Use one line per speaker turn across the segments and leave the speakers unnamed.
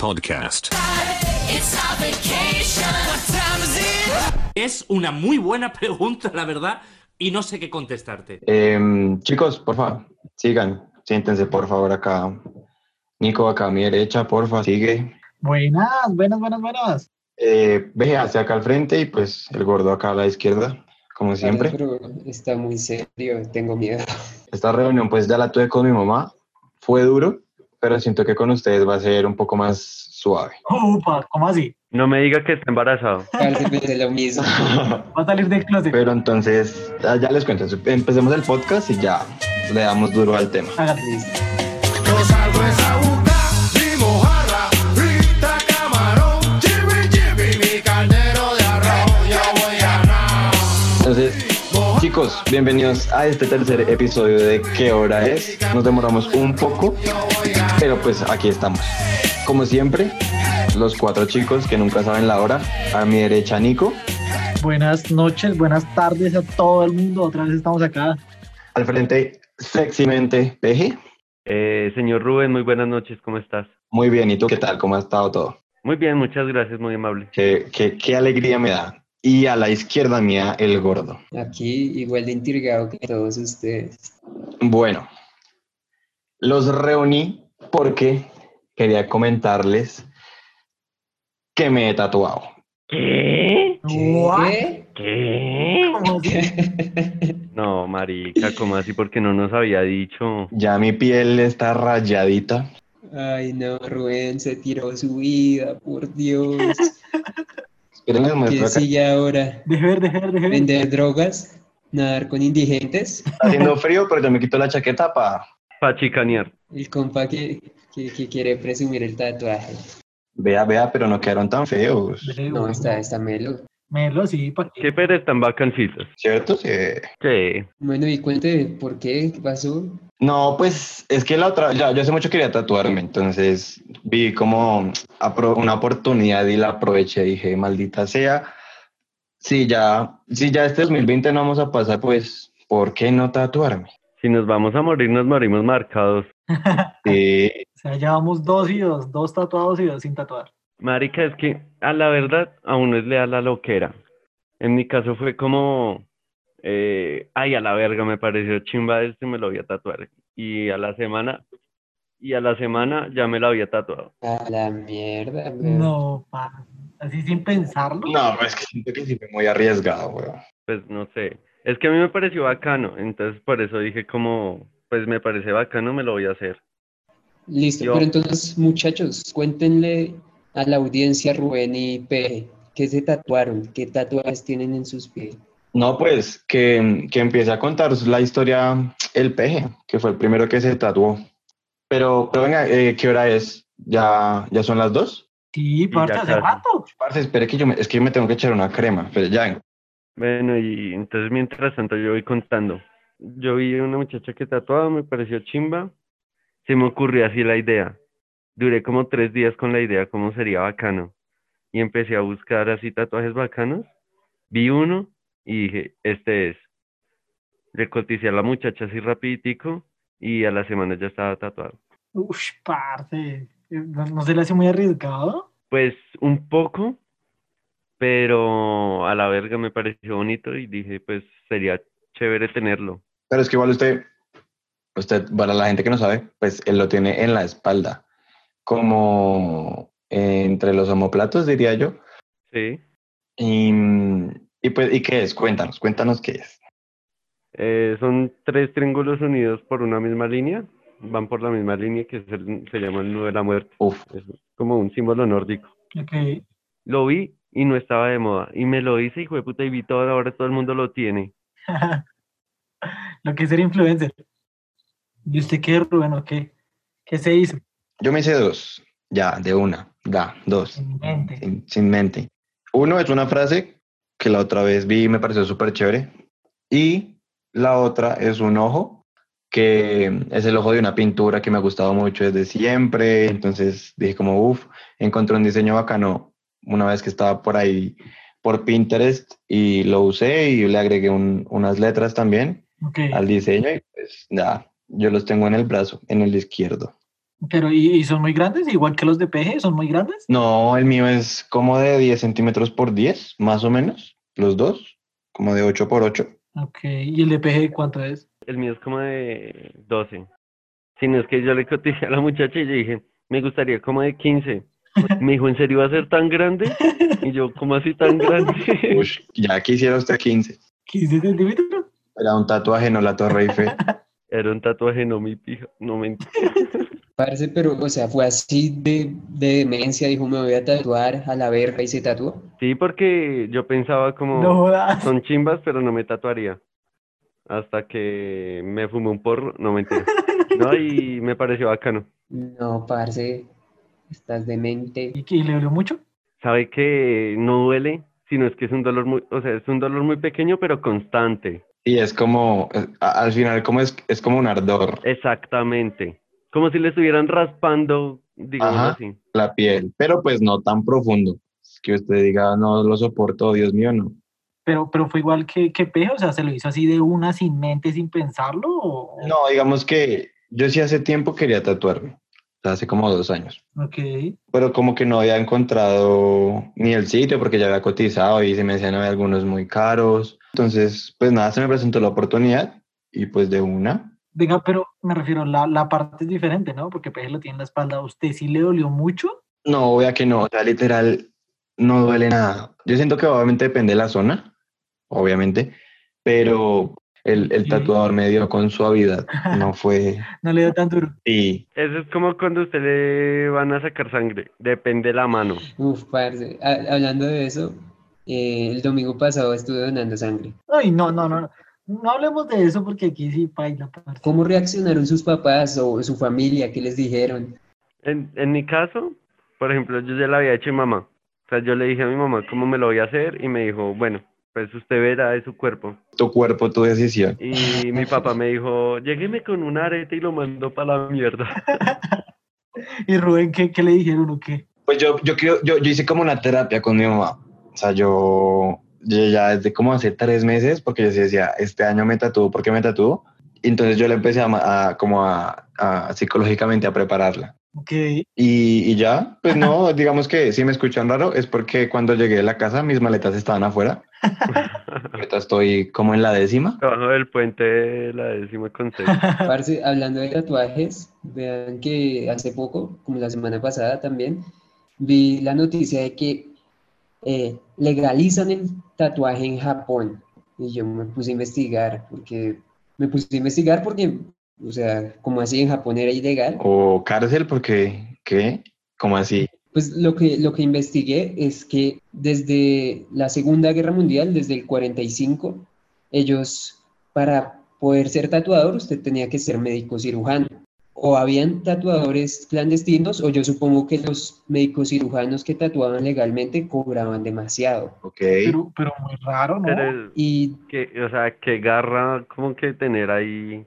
Podcast.
Es una muy buena pregunta, la verdad, y no sé qué contestarte.
Em, chicos, porfa, sigan. Siéntense, por favor, acá. Nico, acá a mi derecha, porfa, sigue.
Buenas, buenas, buenas, buenas.
Eh, ve hacia acá al frente y pues el gordo acá a la izquierda, como siempre.
Pero está muy serio, tengo miedo.
Esta reunión pues ya la tuve con mi mamá. Fue duro, pero siento que con ustedes va a ser un poco más suave.
Upa, ¿cómo así?
No me diga que está embarazado.
Parce, pensé lo mismo.
Va a salir del closet.
Pero entonces, ya, ya les cuento. Empecemos el podcast y ya le damos duro al tema.
Hágale.
Listo.
Yo salgo esa boca, mi mojarra, frita camarón, chibi chibi, mi carnero de arroz, yo voy a ganar.
Entonces, chicos, bienvenidos a este tercer episodio de ¿Qué hora es? Nos demoramos un poco, pero pues aquí estamos. Como siempre, los cuatro chicos que nunca saben la hora. A mi derecha, Nico.
Buenas noches, buenas tardes a todo el mundo. Otra vez estamos acá.
Al frente, sexymente, Peje.
Eh, señor Rubén, muy buenas noches, ¿cómo estás?
Muy bien, ¿y tú qué tal? ¿Cómo ha estado todo?
Muy bien, muchas gracias, muy amable.
Qué, qué- qué alegría me da. Y a la izquierda mía, el gordo.
Aquí igual de intrigado que todos ustedes.
Bueno, los reuní porque quería comentarles que me he tatuado.
¿Qué?
What?
¿Qué?
¿Qué?
¿Cómo así?
No, marica, ¿cómo así? Porque no nos había dicho.
Ya mi piel está rayadita.
Ay, no, Rubén se tiró su vida, por Dios.
Esperen,
Pues
les muestro
¿Qué
acá.
sigue ahora?
Deje ver, deje ver, deje ver.
¿Vender drogas? ¿Nadar con indigentes?
Está haciendo frío, pero yo me quito la chaqueta para...
Pa' chicanear.
El compa que, que, que quiere presumir el tatuaje.
Vea, vea, pero no quedaron tan feos.
Deje ver.
No, está, está melo.
Melo, sí, ¿para qué?
¿Qué perez tan bacancitos?
¿Cierto? Sí.
Sí.
Bueno, y cuente por qué, qué pasó.
No, pues es que la otra, ya, yo hace mucho quería tatuarme, entonces vi como apro- una oportunidad y la aproveché. Dije, maldita sea, si ya, si ya este 2020 no vamos a pasar, pues, ¿por qué no tatuarme?
Si nos vamos a morir, nos morimos marcados.
Sí,
O sea, llevamos dos y dos, dos tatuados y dos sin tatuar.
Marica, es que a la verdad a uno es leal a la loquera. En mi caso fue como, eh, ay, a la verga, me pareció chimba este, me lo voy a tatuar. Y a la semana, y a la semana ya me lo había tatuado.
A la mierda, weón.
No, pa. Así sin pensarlo.
no, es que siento que sí fue muy arriesgado, weón.
Pues no sé, es que a mí me pareció bacano, entonces por eso dije como, pues me parece bacano, me lo voy a hacer.
Listo,
Yo-
pero entonces, muchachos, cuéntenle a la audiencia Rubén y Peje, ¿qué se tatuaron? ¿Qué tatuajes tienen en sus pies?
No, pues que, que empiece a contar la historia el peje, que fue el primero que se tatuó. Pero, pero venga, eh, ¿qué hora es? ¿Ya, ya son las dos?
Sí, parte
ya
hace
casi.
rato.
Parce, espere que yo me, es que yo me tengo que echar una crema. Pero ya, vengo.
Bueno, y entonces mientras tanto yo voy contando. Yo vi una muchacha que tatuaba, me pareció chimba. Se me ocurrió así la idea. Duré como tres días con la idea, cómo sería bacano. Y empecé a buscar así tatuajes bacanos. Vi uno y dije, este es. Le coticé a la muchacha así rapiditico y a la semana ya estaba tatuado.
Uf, parte. Eh, ¿No, no se le hace muy arriesgado?
Pues un poco, pero a la verga me pareció bonito y dije, pues sería chévere tenerlo.
Pero es que igual usted, usted, para la gente que no sabe, pues él lo tiene en la espalda, como entre los omoplatos, diría yo.
Sí.
Y, y pues, ¿y qué es? Cuéntanos, cuéntanos qué es.
Eh, son tres triángulos unidos por una misma línea, van por la misma línea que es el- se llama el nudo de la muerte,
Uf,
es como un símbolo nórdico.
Ok.
Lo vi y no estaba de moda, y me lo hice, hijo de puta, y vi todo, ahora todo el mundo lo tiene.
lo que es ser influencer. ¿Y usted qué, Rubén, o qué? ¿Qué se hizo?
yo me hice dos, ya, de una, da, dos.
En mente.
sin, sin mente. Uno es una frase que la otra vez vi y me pareció súper chévere. Y la otra es un ojo, que es el ojo de una pintura que me ha gustado mucho desde siempre. Entonces dije como, uff, encontré un diseño bacano una vez que estaba por ahí por Pinterest y lo usé y le agregué un- unas letras también
Ok.
al diseño y pues nada, Yo los tengo en el brazo, en el izquierdo.
Pero, ¿y, y son muy grandes? Igual que los de PG, ¿son muy grandes?
No, el mío es como de 10 centímetros por 10, más o menos, los dos, como de 8 por 8.
Ok, ¿y el de PG cuánto es?
El mío es como de 12. Si no es que yo le cotizé a la muchacha y le dije, me gustaría como de 15. Me dijo, ¿en serio va a ser tan grande? Y yo, ¿cómo así tan grande?
Uy, ya quisiera usted 15.
¿15 centímetros?
Era un tatuaje, no la Torre Eiffel.
Era un tatuaje, no mi pija. No me
Parce, pero, o sea, fue así de, de demencia, dijo, me voy a tatuar a la verga y se tatuó.
Sí, porque yo pensaba como,
No jodas.
son chimbas, pero no me tatuaría. Hasta que me fumé un porro, no mentira. No, y me pareció bacano.
No, parce, estás demente.
¿Y, qué- y le dolió mucho?
Sabe que no duele, sino es que es un dolor muy, o sea, es un dolor muy pequeño, pero constante.
Y es como, eh, a- al final, como es, es como un ardor,
Exactamente. Como si le estuvieran raspando, digamos
Ajá.
así.
la piel, pero pues no tan profundo. Es que usted diga, no lo soporto, Dios mío, no.
Pero, pero fue igual que, que PG, o sea, ¿se lo hizo así de una, sin mente, sin pensarlo? o-
No, digamos que yo sí hace tiempo quería tatuarme, o sea, hace como dos años,
Ok,
pero como que no había encontrado ni el sitio porque ya había cotizado y se me decían "Hay algunos muy caros. Entonces, pues nada, se me presentó la oportunidad y pues de una.
venga, pero me refiero, la, la parte es diferente, ¿no? Porque PG lo tiene en la espalda. ¿A ¿Usted sí le dolió mucho?
No, vea que no, o sea, literal, no duele nada. Yo siento que obviamente depende de la zona, obviamente, pero el, el
Sí.
tatuador me dio con suavidad, no fue...
No le dio tan duro.
Y
Eso es como cuando a usted le van a sacar sangre. Depende la mano.
Uf, parce, ha- hablando de eso, eh, el domingo pasado estuve donando sangre.
Ay, no, no, no. no. No hablemos de eso porque aquí sí paila. parce.
¿Cómo reaccionaron sus papás o su familia? ¿Qué les dijeron?
En, en mi caso, por ejemplo, yo ya la había hecho a mi mamá. O sea, yo le dije a mi mamá cómo me lo voy a hacer y me dijo, bueno, pues usted verá de su cuerpo.
tu cuerpo, tu decisión.
Y mi papá me dijo, llégueme con un arete y lo mandó para la mierda.
¿Y Rubén qué, qué le dijeron o qué?
Pues yo, yo creo, yo, yo hice como una terapia con mi mamá. O sea, yo, yo ya desde como hace tres meses, porque yo sí decía, este año me tatúo, ¿por qué me tatúo? Y Entonces yo le empecé a, ma- a- como a, a psicológicamente a prepararla.
Ok,
Y, y ya, pues no, digamos que si me escuchan raro es porque cuando llegué a la casa mis maletas estaban afuera. Ahorita estoy como en la décima.
Abajo del puente de la décima con seis.
Parce, hablando de tatuajes, vean que hace poco, como la semana pasada también, vi la noticia de que eh, legalizan el tatuaje en Japón. Y yo me puse a investigar, porque me puse a investigar porque, o sea, como así en Japón era ilegal,
O cárcel, porque, ¿qué? ¿Cómo así?
Pues lo que, lo que investigué es que desde la Segunda Guerra Mundial, desde el 45, ellos, para poder ser tatuador, usted tenía que ser médico cirujano. O habían tatuadores clandestinos, o yo supongo que los médicos cirujanos que tatuaban legalmente cobraban demasiado.
Ok.
pero, pero muy raro, ¿no?
Pero,
Y
que, o sea, que garra como que tener ahí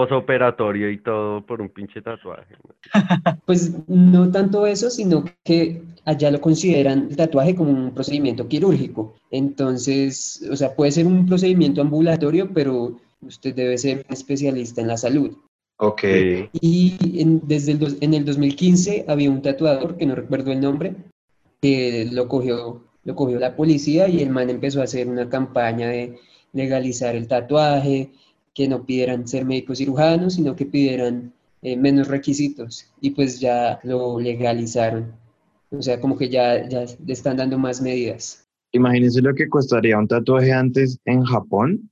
posoperatorio y todo por un pinche tatuaje. ¿no?
pues no tanto eso, sino que allá lo consideran el tatuaje como un procedimiento quirúrgico. Entonces, o sea, puede ser un procedimiento ambulatorio, pero usted debe ser un especialista en la salud.
Ok.
Sí.
Y en, desde el, dos- en el 2015 había un tatuador, que no recuerdo el nombre, que lo cogió, lo cogió la policía y el man empezó a hacer una campaña de legalizar el tatuaje, que no pidieran ser médicos cirujanos, sino que pidieran eh, menos requisitos. Y pues ya lo legalizaron. O sea, como que ya, ya le están dando más medidas.
Imagínense lo que costaría un tatuaje antes en Japón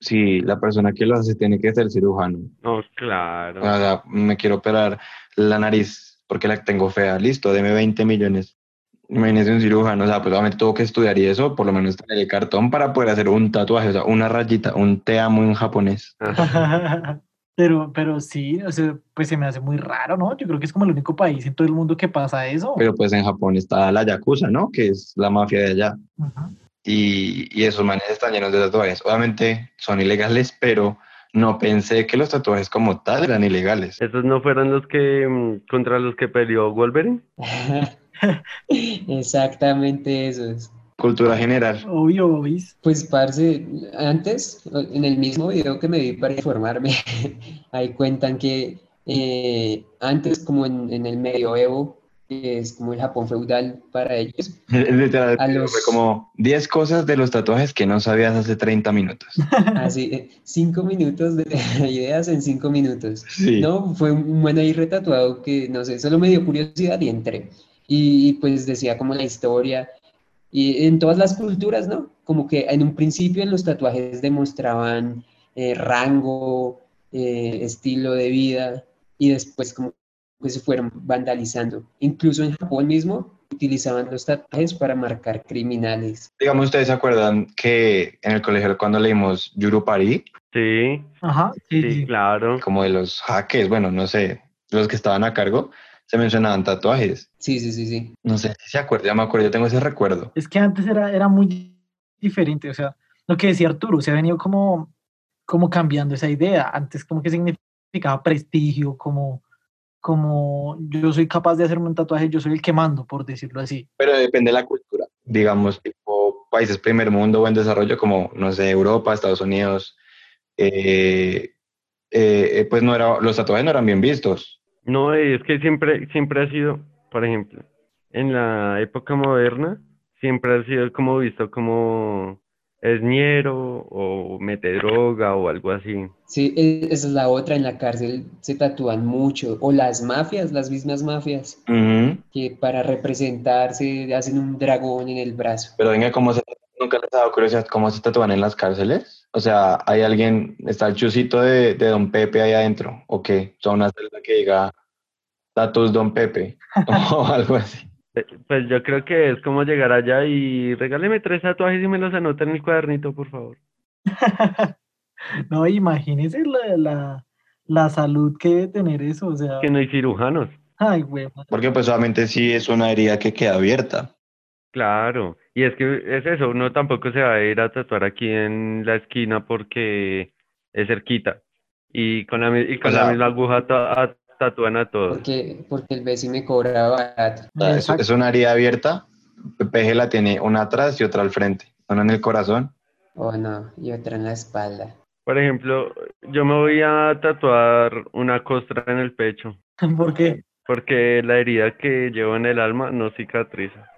si la persona que lo hace tiene que ser cirujano.
No, claro.
O sea, me quiero operar la nariz porque la tengo fea. Listo, deme 20 millones. Imagínense un cirujano. O sea, pues obviamente tuvo que estudiar y eso, por lo menos tener el cartón para poder hacer un tatuaje, o sea, una rayita, un te amo en japonés.
Ah.
Ajá.
pero, pero sí, o sea, pues se me hace muy raro, ¿no? Yo creo que es como el único país en todo el mundo que pasa eso.
Pero pues en Japón está la yakuza, ¿no? Que es la mafia de allá.
Ajá.
y, y esos manes están llenos de tatuajes. Obviamente son ilegales, pero no pensé que los tatuajes como tal eran ilegales.
¿Esos no fueron los que mm, contra los que peleó Wolverine?
Exactamente eso es.
Cultura general.
Obvio, obis.
Pues, parce, antes, en el mismo video que me vi para informarme, ahí cuentan que eh, antes, como en, en el medioevo, que es como el Japón feudal para ellos,
Literal,
A los-
fue como 10 cosas de los tatuajes que no sabías hace 30 minutos.
así, eh, cinco minutos de ideas en cinco minutos.
Sí.
No, fue un buen ahí retatuado que, no sé, solo me dio curiosidad y entré. Y, y, pues decía como la historia, y en todas las culturas, ¿no? Como que en un principio en los tatuajes demostraban eh, rango, eh, estilo de vida, y después como que se fueron vandalizando. Incluso en Japón mismo utilizaban los tatuajes para marcar criminales.
Digamos, ¿ustedes se acuerdan que en el colegio cuando leímos Yurupari,
Sí,
Ajá, sí,
sí,
sí.
claro.
como de los jaques, bueno, no sé, los que estaban a cargo, se mencionaban tatuajes?
Sí, sí, sí, sí.
No sé si se acuerdan, ya me acuerdo, yo tengo ese recuerdo.
Es que antes era, era muy diferente, o sea, lo que decía Arturo, se ha venido como, como cambiando esa idea. Antes como que significaba prestigio, como, como yo soy capaz de hacerme un tatuaje, yo soy el que mando, por decirlo así.
Pero depende de la cultura. Digamos, tipo países primer mundo o en desarrollo, como, no sé, Europa, Estados Unidos, eh, eh, pues no era, los tatuajes no eran bien vistos.
No, y es que siempre, siempre ha sido, por ejemplo, en la época moderna, siempre ha sido como visto como esñero o mete droga o algo así.
Sí, e- esa es la otra, en la cárcel se tatúan mucho, o las mafias, las mismas mafias,
Ujú.
que para representarse hacen un dragón en el brazo.
Pero venga, ¿cómo se, nunca les ha dado curiosidad cómo se tatúan en las cárceles? O sea, hay alguien, está el chusito de, de Don Pepe ahí adentro, o qué, o sea, una celda que diga tatus Don Pepe, o algo así.
Eh, Pues yo creo que es como llegar allá y regáleme tres tatuajes y me los anota en el cuadernito, por favor.
No, imagínense la, la, la salud que debe tener eso, o sea,
Que no hay cirujanos.
ay, güey.
Porque pues obviamente sí es una herida que queda abierta.
Claro, y es que es eso, uno tampoco se va a ir a tatuar aquí en la esquina porque es cerquita. Y con la, mi- y con
O
la
sea-
misma aguja ta- a- tatúan a todos.
Porque, porque el vecino me cobra barato.
O sea, es, es una herida abierta, Peje la tiene una atrás y otra al frente, una en el corazón.
Oh, no, y otra en la espalda.
Por ejemplo, yo me voy a tatuar una costra en el pecho
Porque
porque la herida que llevo en el alma no cicatriza.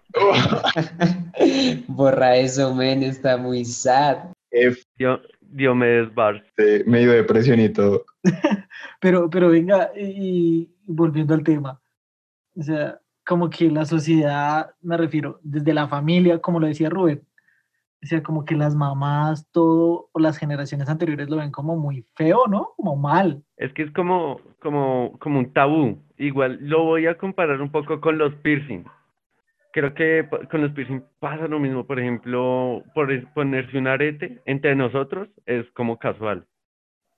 Borra eso, men, está muy sad.
F
Dio- Diomedes Bars.
de Este, medio depresión y todo.
Pero, pero venga, y y volviendo al tema, o sea, como que la sociedad, me refiero, desde la familia, como lo decía Rubén, o sea, como que las mamás, todo, o las generaciones anteriores lo ven como muy feo, ¿no? Como mal.
Es que es como, como, como un tabú. Igual lo voy a comparar un poco con los piercing. Creo que pa- con los piercing pasa lo mismo. Por ejemplo, por es- ponerse un arete entre nosotros es como casual.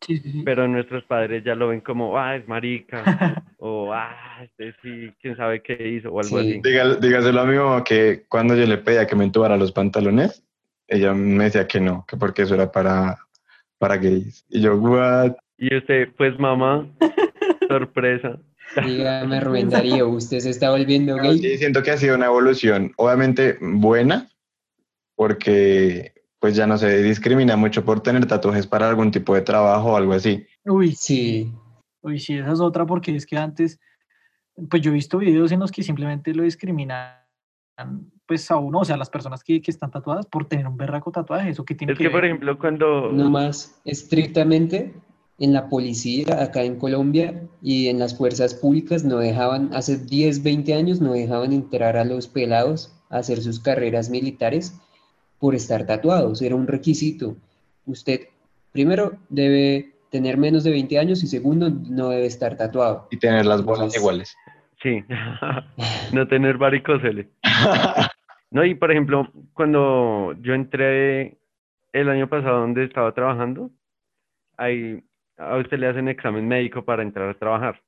Sí, sí, sí.
Pero nuestros padres ya lo ven como, ah, es marica. o, ah, este sí, quién sabe qué hizo. O
Sí.
algo así.
Dígal- dígaselo a mi mamá que cuando yo le pedía que me entubara los pantalones, ella me decía que no, que porque eso era para, para gays. Y yo, what?
Y usted, pues mamá, sorpresa.
Dígame, Rubén Darío, usted se está volviendo
Pero
gay.
sí, siento que ha sido una evolución, obviamente buena, porque pues ya no se discrimina mucho por tener tatuajes para algún tipo de trabajo o algo así.
Uy,
Sí,
uy, sí, esa es otra, porque es que antes, pues yo he visto videos en los que simplemente lo discriminan, pues a uno, o sea, las personas que, que están tatuadas por tener un berraco tatuaje, eso que tiene
Es que, por
ver?
ejemplo, cuando...
no más estrictamente en la policía acá en Colombia y en las fuerzas públicas no dejaban, hace 10, 20 años no dejaban entrar a los pelados a hacer sus carreras militares por estar tatuados, era un requisito. Usted primero debe tener menos de 20 años y segundo no debe estar tatuado.
Y tener las bolas
Pues-
iguales.
Sí, no tener varicocele. No, y por ejemplo, cuando yo entré el año pasado donde estaba trabajando, ahí a usted le hacen examen médico para entrar a trabajar.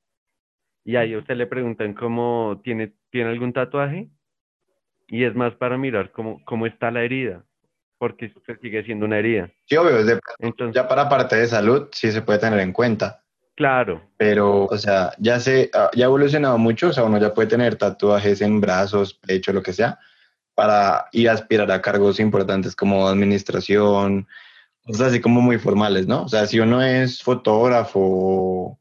Y ahí a usted le preguntan cómo tiene, tiene algún tatuaje y es más para mirar cómo, cómo está la herida, porque usted sigue siendo una herida.
Sí, obvio, es de-
Entonces,
ya para parte de salud sí se puede tener en cuenta.
claro,
Pero, o sea, ya se, ah, ya ha evolucionado mucho, o sea, uno ya puede tener tatuajes en brazos, pecho, lo que sea, para ir a aspirar a cargos importantes como administración, cosas así como muy formales, ¿no? O sea, si uno es fotógrafo,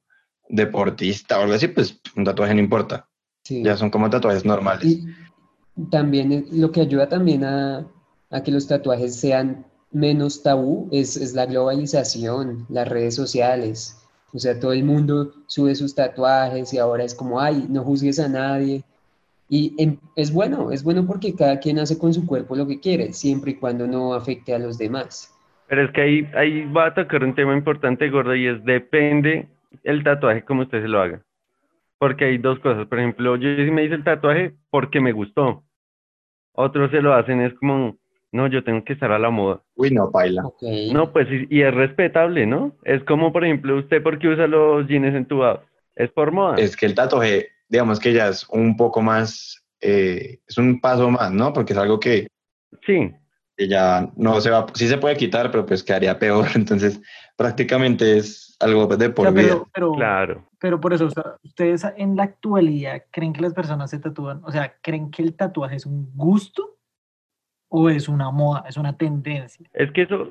deportista o algo así, pues un tatuaje no importa.
Sí.
Ya son como tatuajes normales.
Y también es- lo que ayuda también a, a que los tatuajes sean menos tabú es, es la globalización, las redes sociales. O sea, todo el mundo sube sus tatuajes y ahora es como, ay, no juzgues a nadie. Y em- es bueno, es bueno porque cada quien hace con su cuerpo lo que quiere, siempre y cuando no afecte a los demás.
Pero es que ahí, ahí va a tocar un tema importante, gordo, y es depende el tatuaje como usted se lo haga. Porque hay dos cosas. Por ejemplo, yo sí me hice el tatuaje porque me gustó. Otros se lo hacen, es como, no, yo tengo que estar a la moda.
Uy, no, paila.
Ok.
No, pues, y, y es respetable, ¿no? Es como, por ejemplo, usted, ¿por qué usa los jeans entubados? Es por moda.
Es que el tatuaje, digamos que ya es un poco más, eh, es un paso más, ¿no? Porque es algo que,
Sí,
que ya no se va, sí se puede quitar, pero pues quedaría peor. Entonces, prácticamente es algo de por
Ya,
vida.
pero, pero,
claro.
pero por eso, o sea, ustedes en la actualidad creen que las personas se tatúan, o sea, creen que el tatuaje es un gusto o es una moda, es una tendencia.
Es que eso,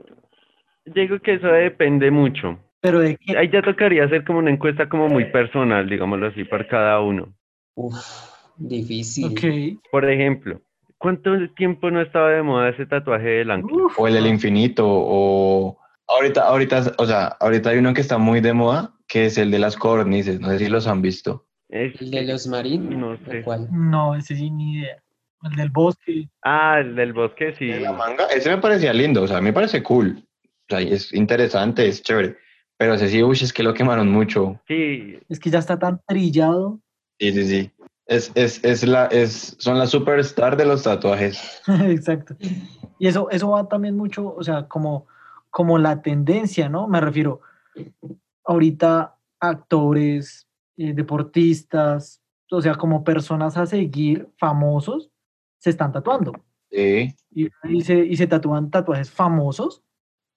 yo digo que eso depende mucho.
Pero de qué,
Ahí ya tocaría hacer como una encuesta como muy personal, digámoslo así, para cada uno.
Uf, difícil.
ok.
Por ejemplo, ¿cuánto tiempo no estaba de moda ese tatuaje del ancla?
Uf,
o el del infinito, o ahorita, ahorita, o sea, ahorita hay uno que está muy de moda, que es el de las cornices, no sé si los han visto.
Es-
¿El de los marines?
No sé.
cuál?
no, ese sí, ni idea. El del bosque.
Ah, el del bosque, sí.
De la manga, ese me parecía lindo, o sea, me parece cool, o sea, y es interesante, es chévere, pero ese sí, uy, es que lo quemaron mucho.
Sí,
Es que ya está tan trillado.
Sí, sí, sí. Es, es, es la, es, son las superstar de los tatuajes.
Exacto. Y eso, eso va también mucho, o sea, como, como la tendencia, ¿no? Me refiero, ahorita actores, eh, deportistas, o sea, como personas a seguir, famosos, se están tatuando.
Sí,
Y, y se, y se tatúan tatuajes famosos,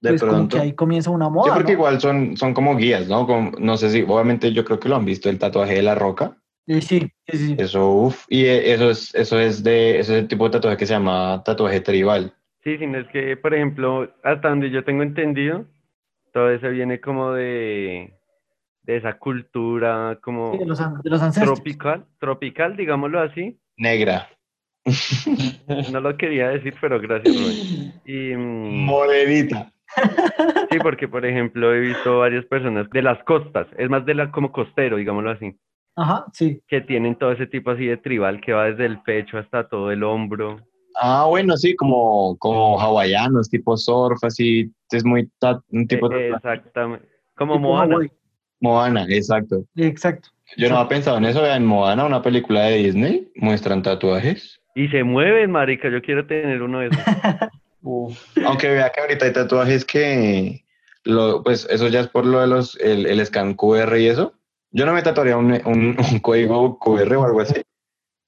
de
pues como
pronto.
que ahí comienza una
Sí,
moda,
porque
¿no?
igual son, son como guías, ¿no? Como- no sé si, obviamente yo creo que lo han visto, el tatuaje de la roca.
Eh, sí, sí, sí.
Eso, uff, y eh, eso es, eso es de, eso es el tipo de tatuaje que se llama tatuaje tribal.
sí, sino es que, por ejemplo, hasta donde yo tengo entendido, todo eso viene como de, de esa cultura como
Sí, de los, an- de los ancestros.
tropical, tropical, digámoslo así.
Negra.
No lo quería decir, pero gracias, Rubén. Y, mm,
Morenita.
Sí, porque por ejemplo he visto varias personas de las costas, es más de la como costero, digámoslo así,
Ajá, sí.
que tienen todo ese tipo así de tribal que va desde el pecho hasta todo el hombro.
Ah, bueno, sí, como, como hawaianos, tipo surf, así, es muy ta- un tipo de
Eh,
tatuaje.
exactamente. Como
Tipo
Moana.
Hawái.
Moana, exacto.
Exacto.
Yo no había pensado en eso, vean, Moana, una película de Disney, muestran tatuajes.
Y se mueven, marica, yo quiero tener uno de esos.
Uf,
Aunque vea que ahorita hay tatuajes que, lo, pues eso ya es por lo de los, el, el scan QR y eso. Yo no me tatuaría un, un- un código QR o algo así,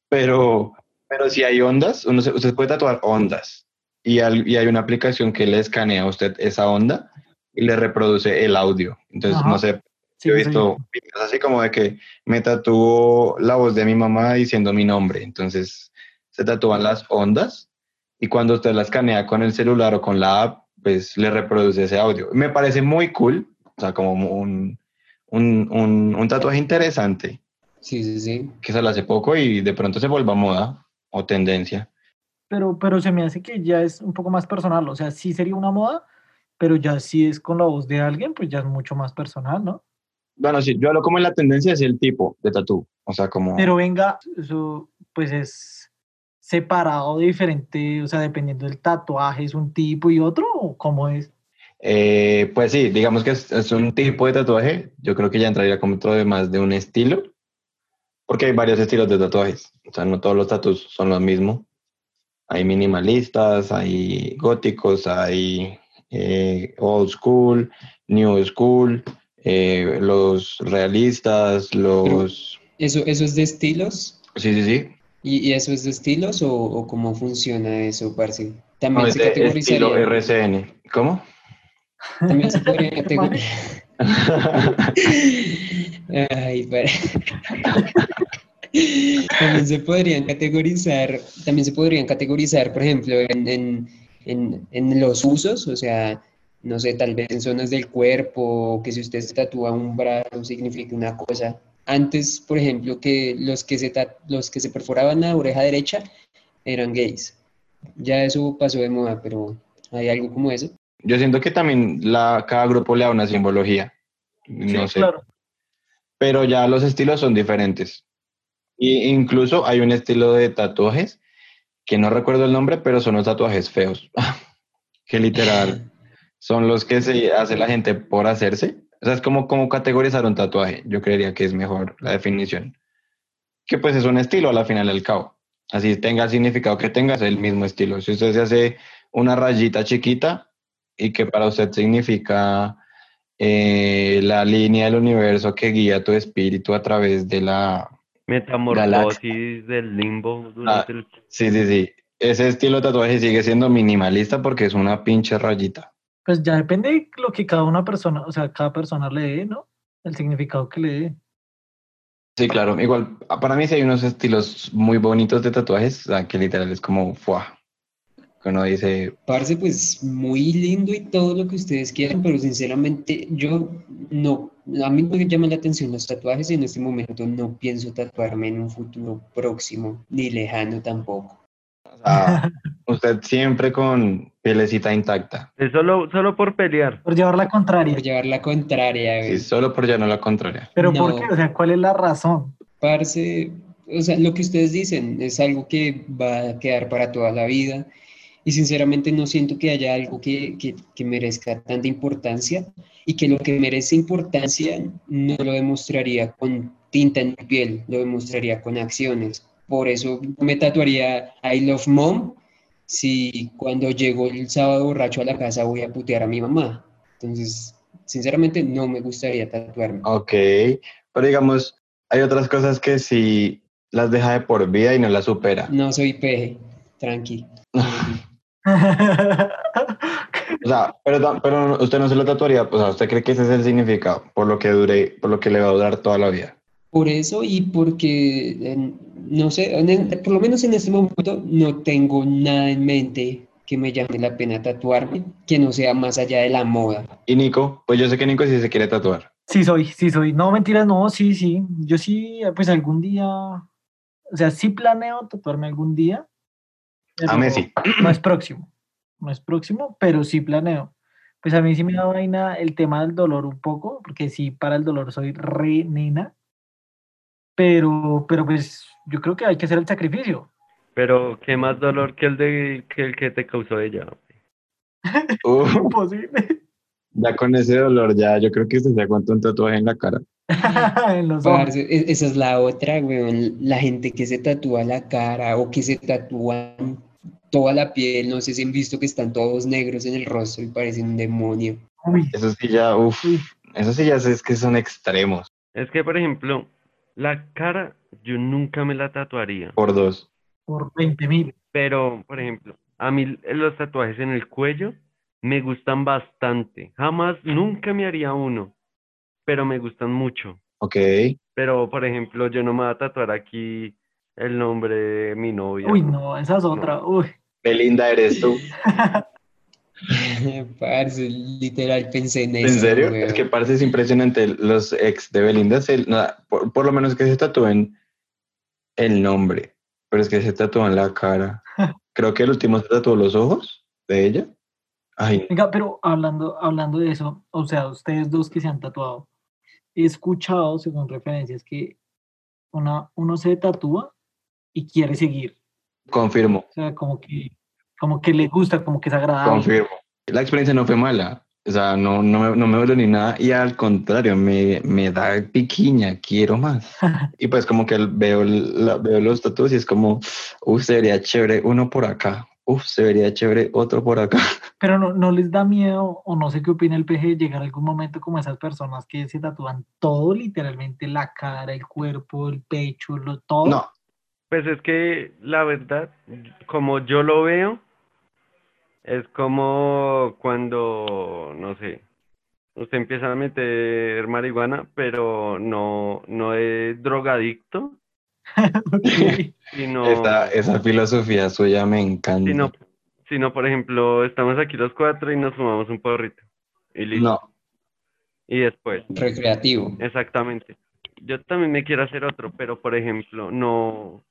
pero, pero si hay ondas, uno se- usted puede tatuar ondas y, al- y hay una aplicación que le escanea a usted esa onda y le reproduce el audio. Entonces,
Ajá.
no sé,
Sí,
yo he
sí, sí.
visto videos así como de que me tatuó la voz de mi mamá diciendo mi nombre. Entonces se tatúan las ondas y cuando usted las escanea con el celular o con la app, pues le reproduce ese audio. Me parece muy cool, o sea, como un, un, un- un tatuaje interesante
sí, sí, sí.
que sale hace poco y de pronto se vuelva moda o tendencia.
pero, pero se me hace que ya es un poco más personal. O sea, sí sería una moda, pero ya si es con la voz de alguien, pues ya es mucho más personal, ¿no?
Bueno, sí, yo hablo como en la tendencia es el tipo de tatú, o sea, como...
Pero venga, eso pues es separado, diferente, o sea, dependiendo del tatuaje, es un tipo y otro, o cómo es.
Eh, pues sí, digamos que es, es un tipo de tatuaje. Yo creo que ya entraría como todo de más de un estilo, porque hay varios estilos de tatuajes. O sea, no todos los tatuajes son los mismos. Hay minimalistas, hay góticos, hay eh, old school, new school, eh, los realistas, los...
¿Eso, eso es de estilos?
Sí, sí, sí.
¿Y, y eso es de estilos o, o cómo funciona eso, parce? También
No, es
se
de
categorizaría.
Este estilo RCN. ¿Cómo?
También se podría categorizar. Ay, para. También se podrían categorizar, también se podrían categorizar, por ejemplo, en, en- en- en los usos, o sea, no sé, tal vez en zonas del cuerpo, que si usted se tatúa un brazo significa una cosa. Antes, por ejemplo, que los que se, ta- los que se perforaban la oreja derecha eran gays. Ya eso pasó de moda, pero hay algo como eso.
Yo siento que también la, cada grupo le da una simbología. No
Sí,
sé.
claro.
Pero ya los estilos son diferentes. Y incluso hay un estilo de tatuajes que no recuerdo el nombre, pero son los tatuajes feos. que literal son los que se hace la gente por hacerse. O sea, es como, como categorizar un tatuaje. Yo creería que es mejor la definición. Que pues es un estilo al final del cabo. Así tenga el significado que tenga, es el mismo estilo. Si usted se hace una rayita chiquita y que para usted significa eh, la línea del universo que guía tu espíritu a través de la...
Metamorfosis del limbo durante el-
Sí, sí, sí. Ese estilo de tatuaje sigue siendo minimalista porque es una pinche rayita.
Pues ya depende de lo que cada una persona, o sea, cada persona le dé, ¿no? El significado que le dé.
Sí, claro. Igual, ah, para mí sí hay unos estilos muy bonitos de tatuajes, o sea, que literal es como, fuah, que uno dice,
Parce, pues muy lindo y todo lo que ustedes quieran, pero sinceramente yo no, a mí no me llaman la atención los tatuajes y en este momento no pienso tatuarme en un futuro próximo, ni lejano tampoco.
o sea, usted siempre con pielecita intacta.
Es solo, solo por pelear.
Por llevar la contraria.
Por llevar la contraria,
Sí,
güey.
solo por ya no la contraria.
Pero ¿por
No.
qué? O sea, ¿cuál es la razón?
Parce, o sea, lo que ustedes dicen es algo que va a quedar para toda la vida y sinceramente no siento que haya algo que, que, que merezca tanta importancia y que lo que merece importancia no lo demostraría con tinta en mi piel, lo demostraría con acciones. Por eso me tatuaría I love mom si cuando llego el sábado borracho a la casa voy a putear a mi mamá. Entonces, sinceramente no me gustaría tatuarme.
Ok, pero digamos, hay otras cosas que si las deja de por vida y no las supera.
No soy peje, tranqui.
O sea, pero, ta- pero no- usted no se lo tatuaría, o sea, usted cree que ese es el significado, por lo que dure, por lo que le va a durar toda la vida.
Por eso y porque, eh, no sé, en- en- por lo menos en este momento no tengo nada en mente que me llame la pena tatuarme, que no sea más allá de la moda.
Y Nico, pues yo sé que Nico sí se quiere tatuar.
Sí soy, sí soy. No, mentiras, no, sí, sí. Yo sí, eh, pues algún día, o sea, sí planeo tatuarme algún día.
A
pero
Messi.
No es próximo, no es próximo, pero sí planeo. Pues a mí sí me da vaina el tema del dolor un poco, porque sí, para el dolor soy re nena. Pero, pero pues yo creo que hay que hacer el sacrificio.
Pero qué más dolor que el de que el que te causó ella.
Uh,
Pues Imposible.
ya con ese dolor, ya yo creo que usted se aguanta un tatuaje en la cara.
en los ojos.
Parce, e- esa es la otra, weón. La gente que se tatúa la cara o que se tatúan toda la piel, no sé si han visto que están todos negros en el rostro y parecen un demonio.
Uy,
Eso sí ya, uff,
uy.
eso sí ya es que son extremos
Es que, por ejemplo, la cara yo nunca me la tatuaría.
por dos.
por 20 mil.
Pero, por ejemplo, a mí los tatuajes en el cuello me gustan bastante. Jamás, nunca me haría uno, pero me gustan mucho.
Ok.
Pero, por ejemplo, yo no me voy a tatuar aquí el nombre de mi novia.
Uy, no, esa es otra. Uy.
Belinda eres tú.
Parce, literal pensé en
¿En
eso,
serio? Es
weón.
que parece impresionante. Los ex de Belinda, se- nada, por, por lo menos que se tatúen el nombre, pero es que se tatúan la cara. Creo que el último se tatuó los ojos de ella. Ay,
Venga, pero hablando, hablando de eso, o sea, ustedes dos que se han tatuado, he escuchado, según referencias, que una, uno se tatúa y quiere seguir.
confirmo,
O sea, como que, como que le gusta, como que es agradable.
confirmo. La experiencia no fue mala. O sea, no, no, me, no me duele ni nada y al contrario, me, me da piquiña, quiero más. Y pues como que veo, la- veo los tatuajes y es como, uff, se vería chévere uno por acá, uff, se vería chévere otro por acá.
Pero no, no les da miedo, o no sé qué opina el PG, llegar a algún momento como esas personas que se tatúan todo, literalmente la cara, el cuerpo, el pecho, lo, todo.
No,
Pues es que la verdad, como yo lo veo, es como cuando, no sé, usted empieza a meter marihuana, pero no, no es drogadicto,
Ok.
Si no,
Esa, esa filosofía suya me encanta.
si no, si no, por ejemplo, estamos aquí los cuatro y nos fumamos un porrito. Y listo.
No,
Y después.
Recreativo.
Exactamente. Yo también me quiero hacer otro, pero por ejemplo, no,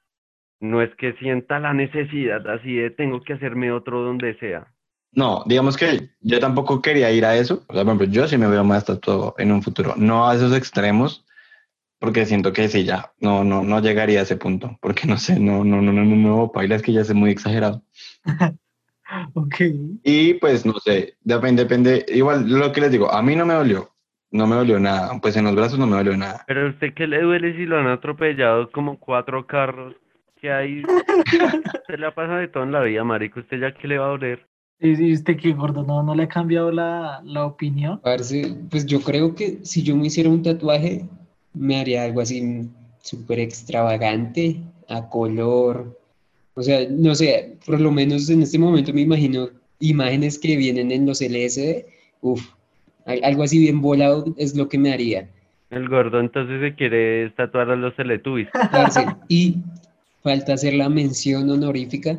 no es que sienta la necesidad así de tengo que hacerme otro donde sea.
no, digamos que yo tampoco quería ir a eso. O sea, por ejemplo, yo sí me veo más tatuado en un futuro. No a esos extremos, porque siento que sí, ya, no, no, no llegaría a ese punto. Porque no sé, no, no, no, no, no, no, paila, es que ya es muy exagerado.
Ok.
Y pues no sé, depende, depende. Igual lo que les digo, a mí no me dolió, no me dolió nada. Pues en los brazos no me dolió nada.
Pero a usted que le duele si lo han atropellado como cuatro carros que hay. Usted la pasa de todo en la vida, marico. ¿Usted ya que le va a doler?
¿Y y usted qué, gordo? ¿No, no le ha cambiado la, la opinión?
Parce, pues yo creo que si yo me hiciera un tatuaje, me haría algo así súper extravagante, a color. O sea, no sé, por lo menos en este momento me imagino imágenes que vienen en los LSD. Uf, al- algo así bien volado es lo que me haría.
El gordo entonces se quiere tatuar a los Teletubbies.
Parce, y falta hacer la mención honorífica.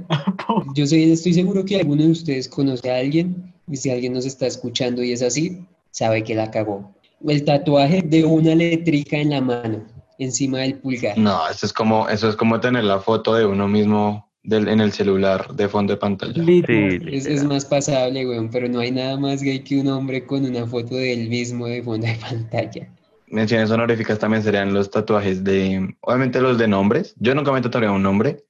Yo sé, estoy seguro que alguno de ustedes conoce a alguien y si alguien nos está escuchando y es así, sabe que la cagó. El tatuaje de una letrica en la mano, encima del pulgar.
No, eso es como, eso es como tener la foto de uno mismo del, en el celular de fondo de pantalla.
Sí,
Literal.
Es, es más pasable, weón, pero no hay nada más gay que un hombre con una foto de él mismo de fondo de pantalla.
Menciones honoríficas también serían los tatuajes de, obviamente los de nombres. Yo nunca me tatuaría un nombre.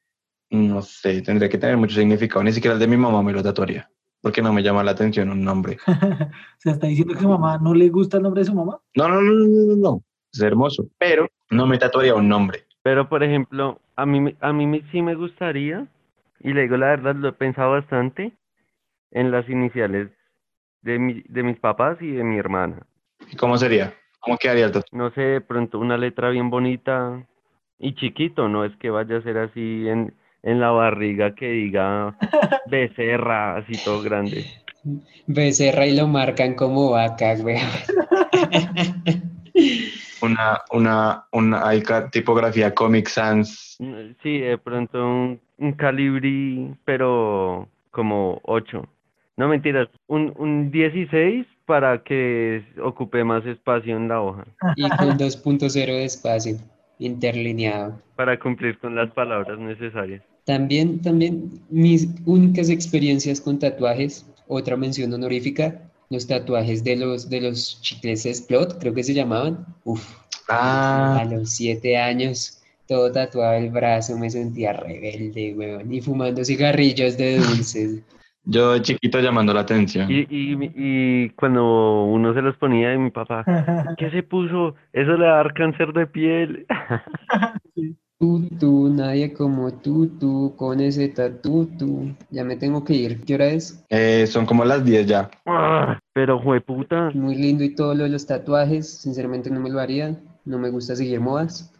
No sé, tendría que tener mucho significado. Ni siquiera el de mi mamá me lo tatuaría, porque no me llama la atención un nombre.
Se está diciendo que su mamá no le gusta el nombre de su mamá.
No, no, no, no, no, no, no. Es hermoso, pero no me tatuaría un nombre.
Pero, por ejemplo, a mí, me- a mí me- sí me gustaría, y le digo la verdad, lo he pensado bastante, en las iniciales de, mi- de mis papás y de mi hermana.
¿Y ¿Cómo sería? ¿Cómo quedaría el tatuaje?
No sé, de pronto una letra bien bonita y chiquito, no es que vaya a ser así en, en la barriga que diga becerra, así todo grande.
Becerra y lo marcan como vaca, weón.
Una, una, una, hay ca- tipografía Comic Sans.
Mm, Sí, de pronto un, un calibri, pero como 8. No mentiras, un, un 16 para que s- ocupe más espacio en la hoja,
Y con 2.0 de espacio, interlineado.
para cumplir con las palabras necesarias.
También, también mis únicas experiencias con tatuajes, otra mención honorífica, los tatuajes de los, de los chicles Splot, creo que se llamaban. Uf, a
Ah,
los siete años, todo tatuado el brazo, me sentía rebelde, weón, y fumando cigarrillos de dulces.
yo de chiquito llamando la atención.
Y, y, mi- y cuando uno se los ponía y mi papá, ¿qué se puso? Eso le va a dar cáncer de piel.
Tú, tú, nadie como tú, tú, con ese tatu, tú. Ya me tengo que ir. ¿Qué hora es?
Eh, son como las 10 ya.
Ah, Pero jueputa,
Muy lindo y todo lo de los tatuajes, sinceramente no me lo haría, no me gusta seguir modas,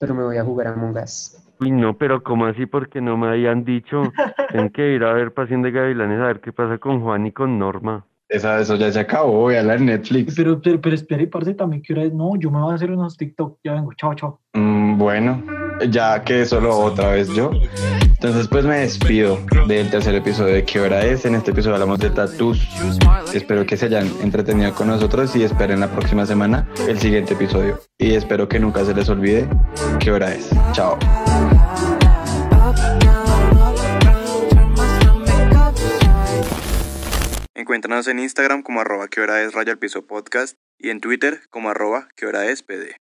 pero me voy a jugar a Among Us.
uy no, pero ¿cómo así? Porque no me habían dicho, tengo que ir a ver Pasión de Gavilanes a ver qué pasa con Juan y con Norma.
Esa, eso ya se acabó, ya la Netflix.
Pero, pero, pero espere, parce, también que hora es. No, yo me voy a hacer unos TikTok. Ya vengo, chao, chao.
Mm, bueno, ya que solo otra vez yo. Entonces, pues me despido del tercer episodio de ¿Qué hora es? En este episodio hablamos de tattoos. Espero que se hayan entretenido con nosotros y esperen la próxima semana el siguiente episodio. Y espero que nunca se les olvide ¿Qué hora es? Chao.
Encuéntranos en Instagram como arroba que hora es raya al piso podcast y en Twitter como arroba que hora es pd.